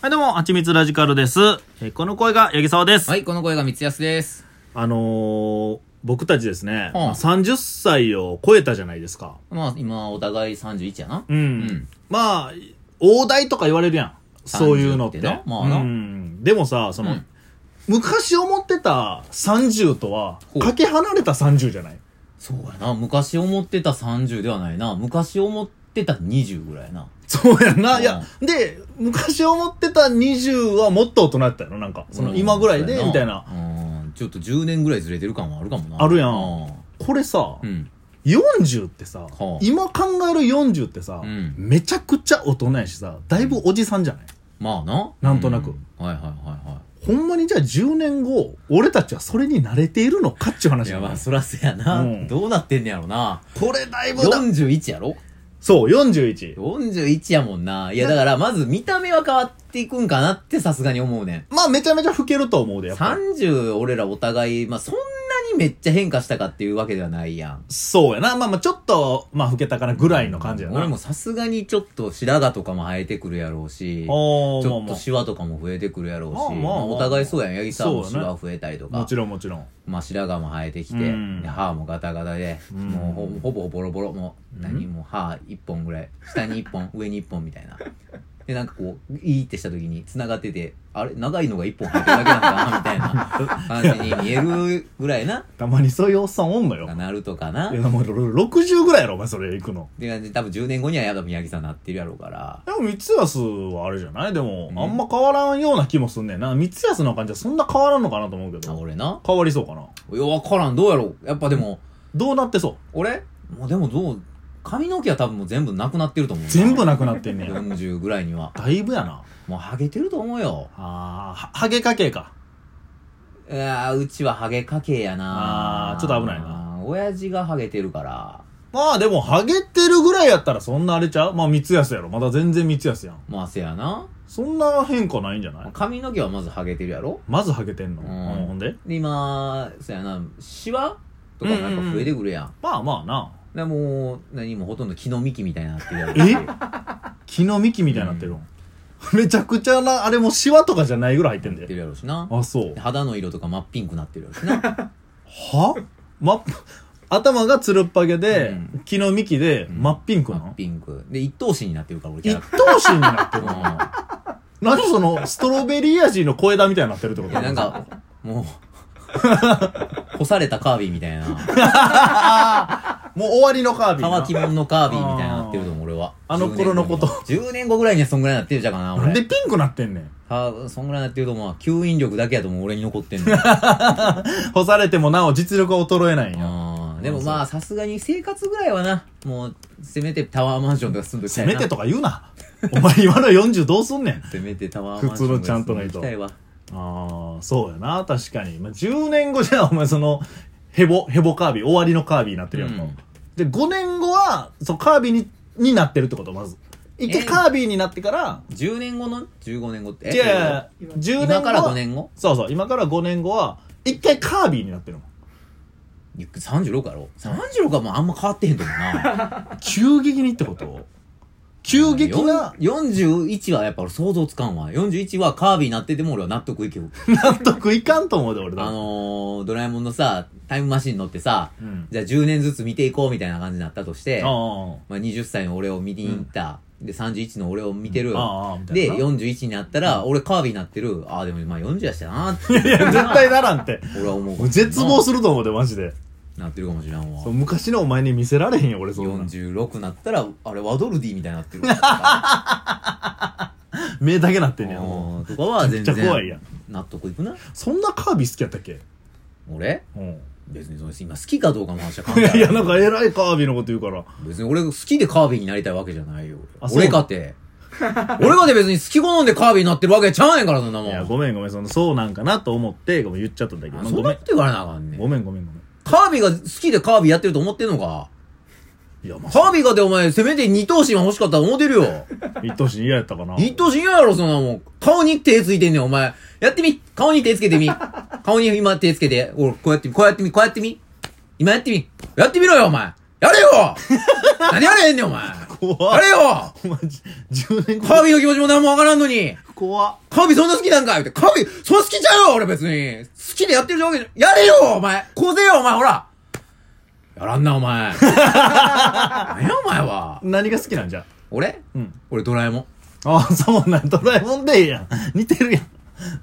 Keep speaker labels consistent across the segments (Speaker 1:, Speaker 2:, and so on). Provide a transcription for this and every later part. Speaker 1: はい、どうも、はちみつラジカルです。えーこの声が八木沢です。
Speaker 2: はい、この声が三つ安です。
Speaker 1: あのー、僕たちですね、
Speaker 2: はあ
Speaker 1: まあ30歳を超えたじゃないですか。
Speaker 2: まあ、今、お互い31やな。
Speaker 1: うん。
Speaker 2: うん
Speaker 1: まあ、大台とか言われるやん。そういうのって。
Speaker 2: 30ってなまあな
Speaker 1: うん。でもさ、その、
Speaker 2: うん
Speaker 1: 昔思ってた30とは
Speaker 2: ほ、う
Speaker 1: かけ離れた30じゃない
Speaker 2: そうやな。昔思ってた30ではないな。昔思ってた20ぐらいやな。
Speaker 1: そうやんな。
Speaker 2: うん
Speaker 1: いや、で、昔思ってた20はもっと大人やったやろなんか、その今ぐらいで、みたいな。。
Speaker 2: うん。ちょっと10年ぐらいずれてる感はあるかもな。
Speaker 1: あるやん
Speaker 2: う
Speaker 1: これさ、
Speaker 2: ん。うん。
Speaker 1: 40ってさ、
Speaker 2: はあ
Speaker 1: 今考える40ってさ、
Speaker 2: うん
Speaker 1: めちゃくちゃ大人やしさだいぶおじさんじゃない、
Speaker 2: まあな。
Speaker 1: なんとなく
Speaker 2: うんはいはいはいは
Speaker 1: ほんまにじゃあ10年後俺たちはそれに慣れているのかっちゅう
Speaker 2: い。い
Speaker 1: 話
Speaker 2: や、
Speaker 1: だ
Speaker 2: ま
Speaker 1: ね
Speaker 2: あ、そらせやな。
Speaker 1: うん
Speaker 2: どうなってんねやろな。
Speaker 1: これだいぶだ
Speaker 2: 41やろ
Speaker 1: そう41
Speaker 2: ?41 やもんな。いや、だから、まず見た目は変わっていくんかなってさすがに思うねん。
Speaker 1: まあめちゃめちゃ老けると思うでやっぱり
Speaker 2: 30俺らお互い、まあ、そんなにめっちゃ変化したかっていうわけではないやん。
Speaker 1: そうやなまあまあちょっとまあ老けたかなぐらいの感じやな
Speaker 2: 俺もさすがにちょっと白髪とかも生えてくるやろうし、ち
Speaker 1: おーま
Speaker 2: ょ
Speaker 1: あ
Speaker 2: っ
Speaker 1: ま
Speaker 2: とシワとかも増えてくるやろうし、
Speaker 1: まあまあまあ
Speaker 2: まあお互いそうやん。八木さんも
Speaker 1: そう
Speaker 2: シ
Speaker 1: やね
Speaker 2: ワ増えたりと
Speaker 1: あも
Speaker 2: か
Speaker 1: ち、ろんもちろん
Speaker 2: まあ白髪も生えてきて、
Speaker 1: うん
Speaker 2: で歯もガタガタで、
Speaker 1: うん
Speaker 2: もうほほぼボロボロ、もう何、
Speaker 1: う
Speaker 2: もう歯一本ぐらい、下に一本、上に一本みたいな。 で、なんかこう、いいってした時に繋がってて、あれ長いのが一本入ってるだけなのかなみたいな感じに見えるぐらいな。
Speaker 1: たまにそういうおっさんおんのよ。
Speaker 2: なるとかない
Speaker 1: やもう60ぐらいやろお前それ行くの
Speaker 2: で、多分10年後にはやだ宮城さんなってるやろうから。
Speaker 1: でも、三ツ安はあれじゃないでも、
Speaker 2: うん
Speaker 1: あんま変わらんような気もすんねんな。三ツ安の感じはそんな変わらんのかなと思うけ
Speaker 2: あ
Speaker 1: ど。
Speaker 2: 俺な。
Speaker 1: 変わりそうかな。
Speaker 2: いや、わからん。どうやろう。やっぱでも、
Speaker 1: どうなってそう
Speaker 2: 俺もうでもどう、髪の毛は多分もう全部なくなってると思う。
Speaker 1: 全部なくなってんねん。
Speaker 2: 40ぐらいには。
Speaker 1: だいぶやな。
Speaker 2: もうハゲてると思うよ。
Speaker 1: あーは、ハゲかけか。
Speaker 2: いやーうちはハゲ家系やな
Speaker 1: あーちょっと危ないな。
Speaker 2: 親父がハゲてるから。
Speaker 1: まあでも、ハゲてるぐらいやったらそんなあれちゃうまあ三ツ安やろ。まだ全然三ツ安やん。
Speaker 2: まあ、せやな。
Speaker 1: そんな変化ないんじゃない
Speaker 2: 髪の毛はまずハゲてるやろ
Speaker 1: まずハゲてんの。
Speaker 2: うん
Speaker 1: うんほんで
Speaker 2: で、今、せやな、シワとかもやっぱ増えてくるやん。
Speaker 1: まあまあな。
Speaker 2: でもう、何もほとんど木の幹みたいになってるやろうし。
Speaker 1: え 木の幹みたいになってる、ん、めちゃくちゃな、あれもシワとかじゃないぐらい入ってん
Speaker 2: なっ
Speaker 1: だ
Speaker 2: て
Speaker 1: よ。
Speaker 2: るやろうしな。
Speaker 1: あ、そう
Speaker 2: で。肌の色とか真っピンクなってるやろうしな。
Speaker 1: はま、頭がつるっぱげで、
Speaker 2: うん
Speaker 1: 木の幹で、
Speaker 2: ん
Speaker 1: 真っピンク
Speaker 2: 真
Speaker 1: なの
Speaker 2: っ、ピンク。で、一等身になってるから、俺キャ
Speaker 1: 一
Speaker 2: ラク
Speaker 1: 等身になって
Speaker 2: タ
Speaker 1: る
Speaker 2: ー。
Speaker 1: の
Speaker 2: う
Speaker 1: 何その、ストロベリー味の小枝みたいになってるってこ
Speaker 2: ん。
Speaker 1: と
Speaker 2: いやなんか、もう、干されたカービィみたいな。
Speaker 1: もう終わりのカービィな。
Speaker 2: 乾き物のカービィみたいになってると思う、俺は。
Speaker 1: あの頃のこと
Speaker 2: 10年後ぐらいにはそんぐらいになってるじゃかな、
Speaker 1: なんで
Speaker 2: 俺。
Speaker 1: ピンクなってんねん。
Speaker 2: 多分そんぐらいになってると思うわ。吸引力だけやともう俺に残ってんの。
Speaker 1: 干されてもなお実力は衰えないんや。
Speaker 2: うんでもまあ、さすがに生活ぐらいはな、もう、せめてタワーマンションとか住んどきた
Speaker 1: せ
Speaker 2: いな。
Speaker 1: めてとか言うな。お前今の40どうすんねん。
Speaker 2: せめてタワーマンションとか住んどきたいわ。
Speaker 1: ああ、そうやな、確かに。まあ、10年後じゃあ、お 前その、ヘボ、ヘボカービィ、終わりのカービィになってるやんか。
Speaker 2: うん
Speaker 1: で、5年後は、そう、カービィに、になってるってこと、まず。一回
Speaker 2: えー
Speaker 1: カービィになってから、
Speaker 2: 10年後の ?15 年後って。
Speaker 1: じゃあ、10年後は。
Speaker 2: 今から5年後
Speaker 1: そうそう、今から5年後は、一回カービィになってるもん。
Speaker 2: いや36やろ ?36 はもうあんま変わってへんと思う な。
Speaker 1: 急激にってこと急激な、
Speaker 2: よん41はやっぱ俺想像つかんわ。41はカービィになってても俺は納得いける。
Speaker 1: 納得いかんと思うで、俺だ。
Speaker 2: あのー、ドラえもんのさ、タイムマシン乗ってさ、
Speaker 1: うん。
Speaker 2: じゃあ10年ずつ見ていこうみたいな感じになったとして、
Speaker 1: あ
Speaker 2: まあ、20歳の俺を見に行った。で、31の俺を見てる。
Speaker 1: あ、ああ、みたい
Speaker 2: で、
Speaker 1: な。
Speaker 2: 41になったら、俺カービィになってる。ああ、でもまあ40やしたなって。
Speaker 1: いや、絶対ならんって。
Speaker 2: 俺は思う。
Speaker 1: もう絶望すると思うで、マジで。
Speaker 2: なってるかもしれんわ
Speaker 1: そう。昔のお前に見せられへんよ、俺、そんな。
Speaker 2: 46なったら、あれ、ワドルディみたいに なってる。
Speaker 1: 目だけなってんねやも
Speaker 2: あーとかは全然
Speaker 1: めっちゃ怖いやん
Speaker 2: 納得いくな
Speaker 1: うそんなカービィ好きやったっけ
Speaker 2: 俺
Speaker 1: うん
Speaker 2: 別にその今好きかどうかの話は関係ない
Speaker 1: やなんか 偉いカービィのこと言うから
Speaker 2: 別に俺好きでカービィになりたいわけじゃないよ
Speaker 1: あそう
Speaker 2: 俺か て俺かて別に好き好んでカービィになってるわけちゃうねんからそんなも
Speaker 1: い
Speaker 2: ん
Speaker 1: やごめんごめんそのそうなんかなと思ってごめん言っちゃったんだけど
Speaker 2: あ
Speaker 1: な
Speaker 2: そ
Speaker 1: ご
Speaker 2: んな
Speaker 1: め
Speaker 2: こ
Speaker 1: ん
Speaker 2: と言われなあかんね
Speaker 1: ご
Speaker 2: ん
Speaker 1: めんごめんごめん
Speaker 2: カービィが好きでカービィやってると思ってんのか
Speaker 1: いやま
Speaker 2: カービィかてお前せめて二頭身は欲しかったと思ってるよ
Speaker 1: あ 一等身嫌やったかな
Speaker 2: 二頭身嫌やろそんなもん顔に手ついてんねんお前やってみ顔に手つけてみ顔に今手つけて俺こうやってみこうやってみこうやってみ今やってみやってみろよお前やれよ 何やれへんねんお前
Speaker 1: 怖
Speaker 2: あ
Speaker 1: っ
Speaker 2: れ よ
Speaker 1: マジ10年後
Speaker 2: カービィの気持ちも何もわからんのに
Speaker 1: 怖っ
Speaker 2: カービィそんな好きなんかいって、カービィ、そんな好きちゃうよ俺別に。好きでやってるわけじゃ、やれよお前こうぜよお前ほらやらんな お前。何やお前は。
Speaker 1: 何が好きなんじゃ
Speaker 2: 俺
Speaker 1: うん
Speaker 2: 俺ドラえもん。
Speaker 1: ああそうなんドラえもんでええやん似てるやん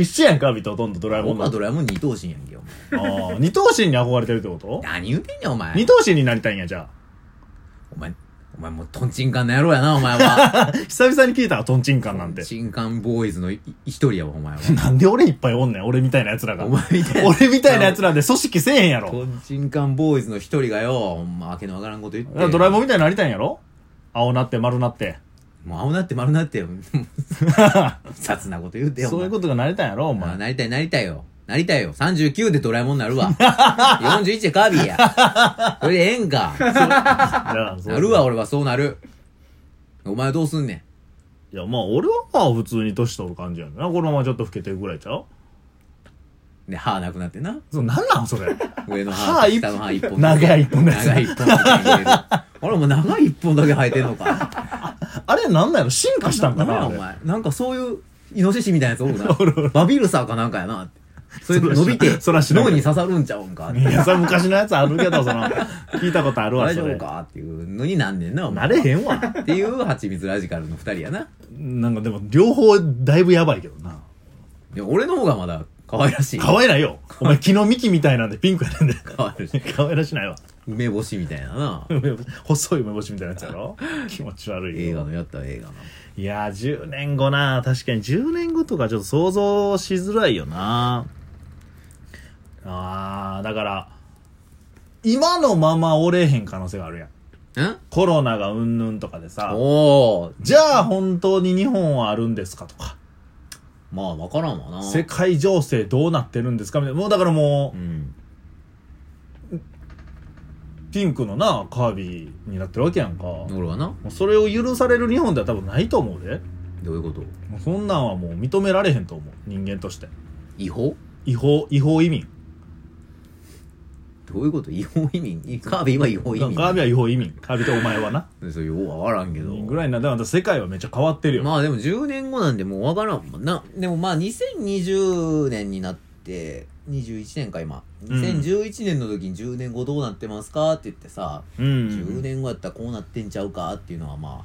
Speaker 1: 一緒やんかビとほとんどドラえもん
Speaker 2: 僕
Speaker 1: の
Speaker 2: は
Speaker 1: あ
Speaker 2: ドラえもん二等身やんけお前。
Speaker 1: あ二等身に憧れてるってこと
Speaker 2: 何言うてんねんお前。
Speaker 1: 二等身になりたいんやじゃ
Speaker 2: お前、お前もうトンチンカンの野郎やなお前は。
Speaker 1: あ久々に聞いたらトンチンカ ンなんて
Speaker 2: トンチンカンボーイズのい一人やわお 前は。
Speaker 1: なんで俺いっぱいおんねん俺みたいな奴らが
Speaker 2: お前みたいな
Speaker 1: 俺みたいな奴らで組織せえへんやろ
Speaker 2: トンチンカンボーイズの一人がよ、ほんま、わけのわからんこと言っ
Speaker 1: だから
Speaker 2: て。
Speaker 1: ドラえもん
Speaker 2: ん。
Speaker 1: みたいになりたいんやろ青なって丸なって
Speaker 2: もう青なって丸な ってよ。雑なこと言うてよ。お
Speaker 1: そうい
Speaker 2: 前
Speaker 1: うことがなりたいんやろお
Speaker 2: まあ、
Speaker 1: 前
Speaker 2: なりたい、なりたいよ。なりたいよ。39でドラえもんにな るわ。41でカービィや。それでええんか。な
Speaker 1: な
Speaker 2: るわ、俺はそうなる。お前はどうすんねん。
Speaker 1: いやまあ俺はまあ普通に年取る感じやんなこのままちょっと老けてるぐらいちゃう
Speaker 2: で、歯なくなってな。
Speaker 1: そうなんなんそ れ
Speaker 2: 上の
Speaker 1: 歯
Speaker 2: 歯と
Speaker 1: 一
Speaker 2: 下の歯一本。
Speaker 1: 長い一本のやつ
Speaker 2: 長い一本だけ入れる。あれ、もう長い一本だけ生えてんのか。
Speaker 1: あれなんなんやろ進化したんか
Speaker 2: なん
Speaker 1: な
Speaker 2: や、
Speaker 1: あ
Speaker 2: お
Speaker 1: れ
Speaker 2: 前。なんかそういう、イノシシみたいなやつおるな。バビルサーかなんかやな。それ
Speaker 1: そら
Speaker 2: 伸びて、
Speaker 1: そら知らん
Speaker 2: 脳に刺さるんちゃうんか。
Speaker 1: いや、それ昔のやつあるけど、その、聞いたことあるわ、
Speaker 2: 大
Speaker 1: そ
Speaker 2: 丈
Speaker 1: れ。
Speaker 2: 夫かっていうのになんねんな、お
Speaker 1: な
Speaker 2: 前。
Speaker 1: れへんわ。
Speaker 2: っていう、ハチミツラジカルの二人やな。
Speaker 1: なんかでも、両方だいぶやばいけどな。
Speaker 2: いや、俺の方がまだ可愛らしい。
Speaker 1: 可愛いないよ。お前、昨日ミキみたいなんでピンクやねんで。
Speaker 2: 可愛らしい。
Speaker 1: 可愛らしないわ。
Speaker 2: 梅干しみたいなな。
Speaker 1: 梅干し細い梅干しみたいなやつや ろ気持ち悪い
Speaker 2: 映画
Speaker 1: よ。
Speaker 2: のやったら映画の。
Speaker 1: いやー、10年後な。確かに10年後とかちょっと想像しづらいよな。あー、だから、今のまま折れへん可能性があるやん。
Speaker 2: ん
Speaker 1: コロナがうんぬんとかでさ、
Speaker 2: おー。
Speaker 1: じゃあ本当に日本はあるんですかとか。
Speaker 2: まあ、わからんわな。
Speaker 1: 世界情勢どうなってるんですかみたいな。もうだからも
Speaker 2: うん。
Speaker 1: う、ピンクのな、カービィになってるわけやんか。も
Speaker 2: 俺はな。
Speaker 1: うそれを許される日本では多分ないと思うで。
Speaker 2: どういうこと
Speaker 1: もうそんなんはもう認められへんと思う。人間として。
Speaker 2: 違法
Speaker 1: 違法、違法移民。
Speaker 2: どういうこと違法移民カービィは違法移民。
Speaker 1: カービィは違法移民。カービィとお前はな。
Speaker 2: そう、ようわからんけど。
Speaker 1: ぐらいなんだから世界はめっちゃ変わってるよ。
Speaker 2: まあでも10年後なんでもうわからんもんな。でもまあ2020年になって、21年か今。
Speaker 1: ん
Speaker 2: 2011年の時に10年後どうなってますかって言ってさ、
Speaker 1: う
Speaker 2: 10
Speaker 1: ん。
Speaker 2: 年後やったらこうなってんちゃうかっていうのはまあ、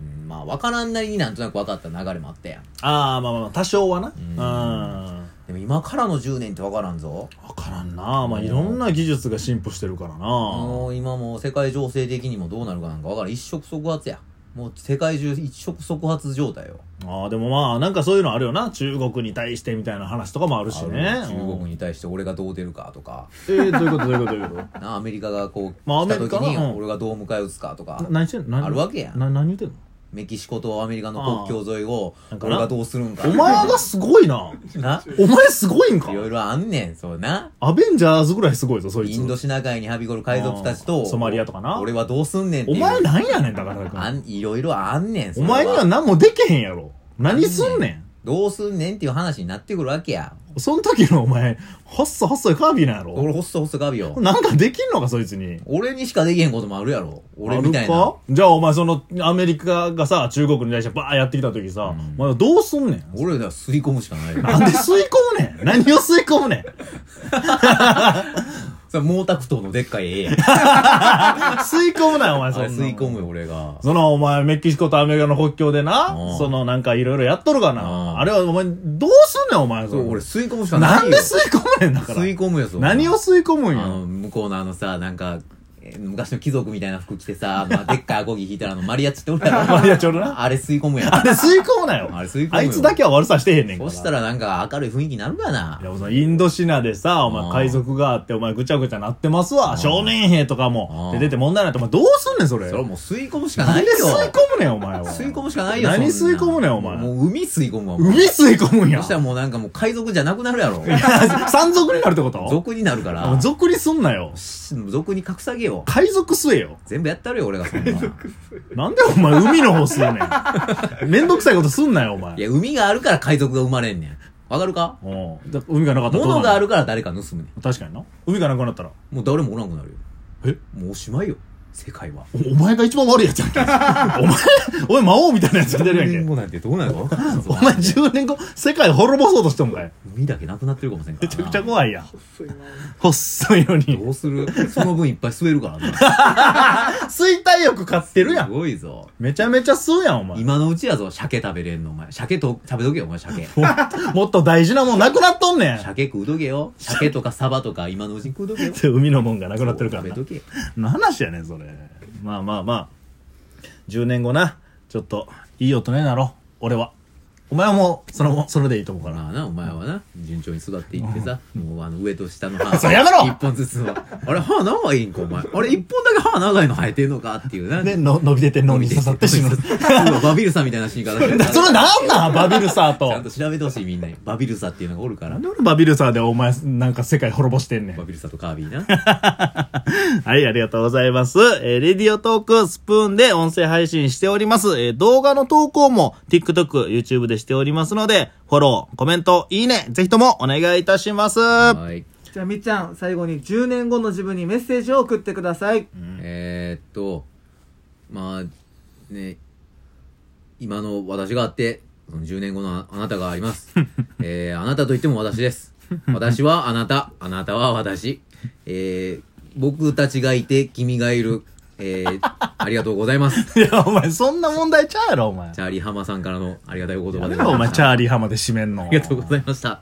Speaker 2: うん、まあ分からんなりになんとなく分かった流れもあったやん
Speaker 1: ああ、まあまあまあ、多少はな。
Speaker 2: ん
Speaker 1: うん。
Speaker 2: でも今からの10年って分からんぞ
Speaker 1: わからんな。まあいろんな技術が進歩してるからな。
Speaker 2: もう今もう世界情勢的にもどうなるかなんか分からん一触即発やもう世界中一触即発状態よ
Speaker 1: ああ、でもまあ、なんかそういうのあるよな。中国に対してみたいな話とかもあるしね
Speaker 2: あ。の中国に対して俺がどう出るかとか
Speaker 1: えー、どういうことどういうことどういうこと
Speaker 2: なアメリカがこう
Speaker 1: まあ
Speaker 2: 来た時
Speaker 1: アメリ
Speaker 2: に
Speaker 1: カはうん
Speaker 2: 俺がどう迎え撃つかとか
Speaker 1: な何してんの何
Speaker 2: あるわけやん
Speaker 1: な何言ってんの
Speaker 2: メキシコとアメリカの国境沿いを
Speaker 1: あー
Speaker 2: 俺がどうするんか
Speaker 1: お前がすごいな。
Speaker 2: な
Speaker 1: お前すごいんか
Speaker 2: いろいろあんねんそうな
Speaker 1: アベンジャーズぐらいすごいぞ、そいつ。
Speaker 2: インドシナ海にはびこる海賊たち
Speaker 1: あ
Speaker 2: と
Speaker 1: ーソマリアとかな
Speaker 2: 俺はどうすんねんってい
Speaker 1: お
Speaker 2: う
Speaker 1: 前なんやねん、だから
Speaker 2: あんいろいろあんねんそ
Speaker 1: お
Speaker 2: れ
Speaker 1: 前には何もできへんやろ。何すんね
Speaker 2: どうすんねんっていう話になってくるわけや
Speaker 1: ん。その時のお前、細細いカービィなんやろ。
Speaker 2: 俺ホストホストガビよ
Speaker 1: なんかできんのか、そいつに。
Speaker 2: 俺にしかできへんこともあるやろ俺みたい
Speaker 1: ある
Speaker 2: な
Speaker 1: かじゃあお前その、アメリカがさ、中国に対してバーやってきた時さ、お前どうすんねん。
Speaker 2: 俺ら吸い込むしかな いよ
Speaker 1: なんで吸い込む ねん何を吸い込むねん
Speaker 2: さ毛沢東のでっかい絵や
Speaker 1: 吸い込むなよ、お前
Speaker 2: あ
Speaker 1: そん
Speaker 2: れ
Speaker 1: なもん。
Speaker 2: 吸い込むよ俺が
Speaker 1: そのお前メキシコとアメリカの国境でな
Speaker 2: う、ん
Speaker 1: そのなんかいろいろやっとるが
Speaker 2: う
Speaker 1: な。
Speaker 2: ん
Speaker 1: あれはお前どうすんねんお前そ
Speaker 2: そ
Speaker 1: れ
Speaker 2: う俺吸い込むしかないよ
Speaker 1: なんで吸い込むねんだから。
Speaker 2: 吸い込むよそう
Speaker 1: 何を吸い込むん
Speaker 2: あの
Speaker 1: よ。
Speaker 2: 向こうのあのさなんかえー昔の貴族みたいな服着てさ、 まあ、でっかいアコギ引いたらあのマリアッチっておるやろ
Speaker 1: マリアッチおるな
Speaker 2: あれ吸い込むやん
Speaker 1: あれ吸い込むなよ。
Speaker 2: あれ吸い込むよ
Speaker 1: あいつだけは悪さしてへんねんか
Speaker 2: そ
Speaker 1: ら。
Speaker 2: したらなんか明るい雰囲気になるかない
Speaker 1: や、そのインドシナでさ、お
Speaker 2: う
Speaker 1: 前
Speaker 2: ん
Speaker 1: 海賊があって、お前ぐちゃぐちゃなってますわ。少年兵とかも。
Speaker 2: う
Speaker 1: で、
Speaker 2: ん
Speaker 1: 出て問題ないと、お前どうすんねん、それ。
Speaker 2: それはもう吸い込むしか
Speaker 1: な
Speaker 2: なんい
Speaker 1: で
Speaker 2: よ
Speaker 1: 吸い込むねん、お前は。
Speaker 2: 吸い込むしかないよ
Speaker 1: 何
Speaker 2: そんな
Speaker 1: 吸い込むねんお前
Speaker 2: もう海吸い込むわもう
Speaker 1: 海吸い込むんや
Speaker 2: そし。たらもうなんかもう海賊じゃなくなるやろ
Speaker 1: 山賊になるってこと
Speaker 2: 俗になるか
Speaker 1: あ
Speaker 2: ら
Speaker 1: 俗にすんなよ。
Speaker 2: 俗に格下げよう
Speaker 1: 海賊吸えよ。
Speaker 2: 全部やったるよ俺がそん なん
Speaker 1: なんでお前海の方するね ん。めんどくさいことすんなよ、お前。
Speaker 2: いや海があるから海賊が生まれんねんわかるか
Speaker 1: うん。だ海がなかったらどうな
Speaker 2: 物
Speaker 1: の
Speaker 2: があるから誰か盗むねん
Speaker 1: 確かにな。海がなくなったら。
Speaker 2: もう誰もおらんくなるよ
Speaker 1: え
Speaker 2: もうおしまいよ世界は。
Speaker 1: おお前が一番悪いやつやん け。お前、お前魔王みたいなやつが出るや
Speaker 2: 10
Speaker 1: んけ。
Speaker 2: 年後なんてどうなるか分からんぞ。
Speaker 1: お前10年後、世界滅ぼそうとしてんのかい。
Speaker 2: 海だけなくなってるかもしれんか
Speaker 1: め
Speaker 2: らな。
Speaker 1: ちゃくちゃ怖いやん。
Speaker 3: 細いな
Speaker 1: 細いのに。
Speaker 2: どうするその分いっぱい吸えるからな。
Speaker 1: 衰退欲買ってるや
Speaker 2: す
Speaker 1: ん。
Speaker 2: ごいぞ。
Speaker 1: めちゃめちゃ吸うやん、お前。
Speaker 2: 今のうちやぞ、鮭食べれんの、お前。鮭と、食べとけよ、お前、鮭。
Speaker 1: もっと大事なもんなくなっとんねん。
Speaker 2: 鮭食うとけよ。鮭とかサバとか今のうちに食うとけよ。
Speaker 1: 海のもんがなくなってるから
Speaker 2: 食べ
Speaker 1: な
Speaker 2: と。けよ。
Speaker 1: 何話やねん、それ。まあまあまあ。10年後な、ちょっと、いい大人になろう。俺は。お前はもう、その、それでいいと思うから。
Speaker 2: まあな、お前はな、順調に育っていってさ、もうあの上と下の歯。
Speaker 1: それやめろ
Speaker 2: 一本ずつは。あれ、歯長いんか、お前。あれ、一本だけ歯長いの生えてんのかっていうな。
Speaker 1: で、の伸びてて脳に刺さって死ぬ。
Speaker 2: うわバビルサみたいな死に方してる
Speaker 1: それなんなんバビルサー
Speaker 2: ちゃ
Speaker 1: と
Speaker 2: ん。と調べてほしいみんなに。バビルサっていうのがおるか
Speaker 1: な
Speaker 2: ら
Speaker 1: ん。で俺バビルサーでお前なんか世界滅ぼしてんね
Speaker 2: バ
Speaker 1: ん。
Speaker 2: ビルサとカービィな。
Speaker 1: はい、ありがとうございます。えーレディオトーク、スプーンで音声配信しております。えー動画の投稿も TikTok、YouTube でしておりますので、フォロー、コメント、いいね、ぜひともお願いいたします。
Speaker 2: はい。
Speaker 3: じゃあみっちゃん最後に10年後の自分にメッセージを送ってください
Speaker 2: えーっと、まあ、ね、今の私があって、その10年後のああなたがあ ります。えー、あなたといっても私です。私はあなた、あなたは私。えー、僕たちがいて、君がいる。えー、ありがとうございます。
Speaker 1: いや、お前そんな問題ちゃうやろ、お前。
Speaker 2: チャーリーハマさんからのありがたいお言葉
Speaker 1: や
Speaker 2: で
Speaker 1: め
Speaker 2: ござ
Speaker 1: ろ、
Speaker 2: い
Speaker 1: お
Speaker 2: ま
Speaker 1: 前、
Speaker 2: し
Speaker 1: チ
Speaker 2: た。あ
Speaker 1: ャーリー浜で締めんの。あ
Speaker 2: りがとうございました。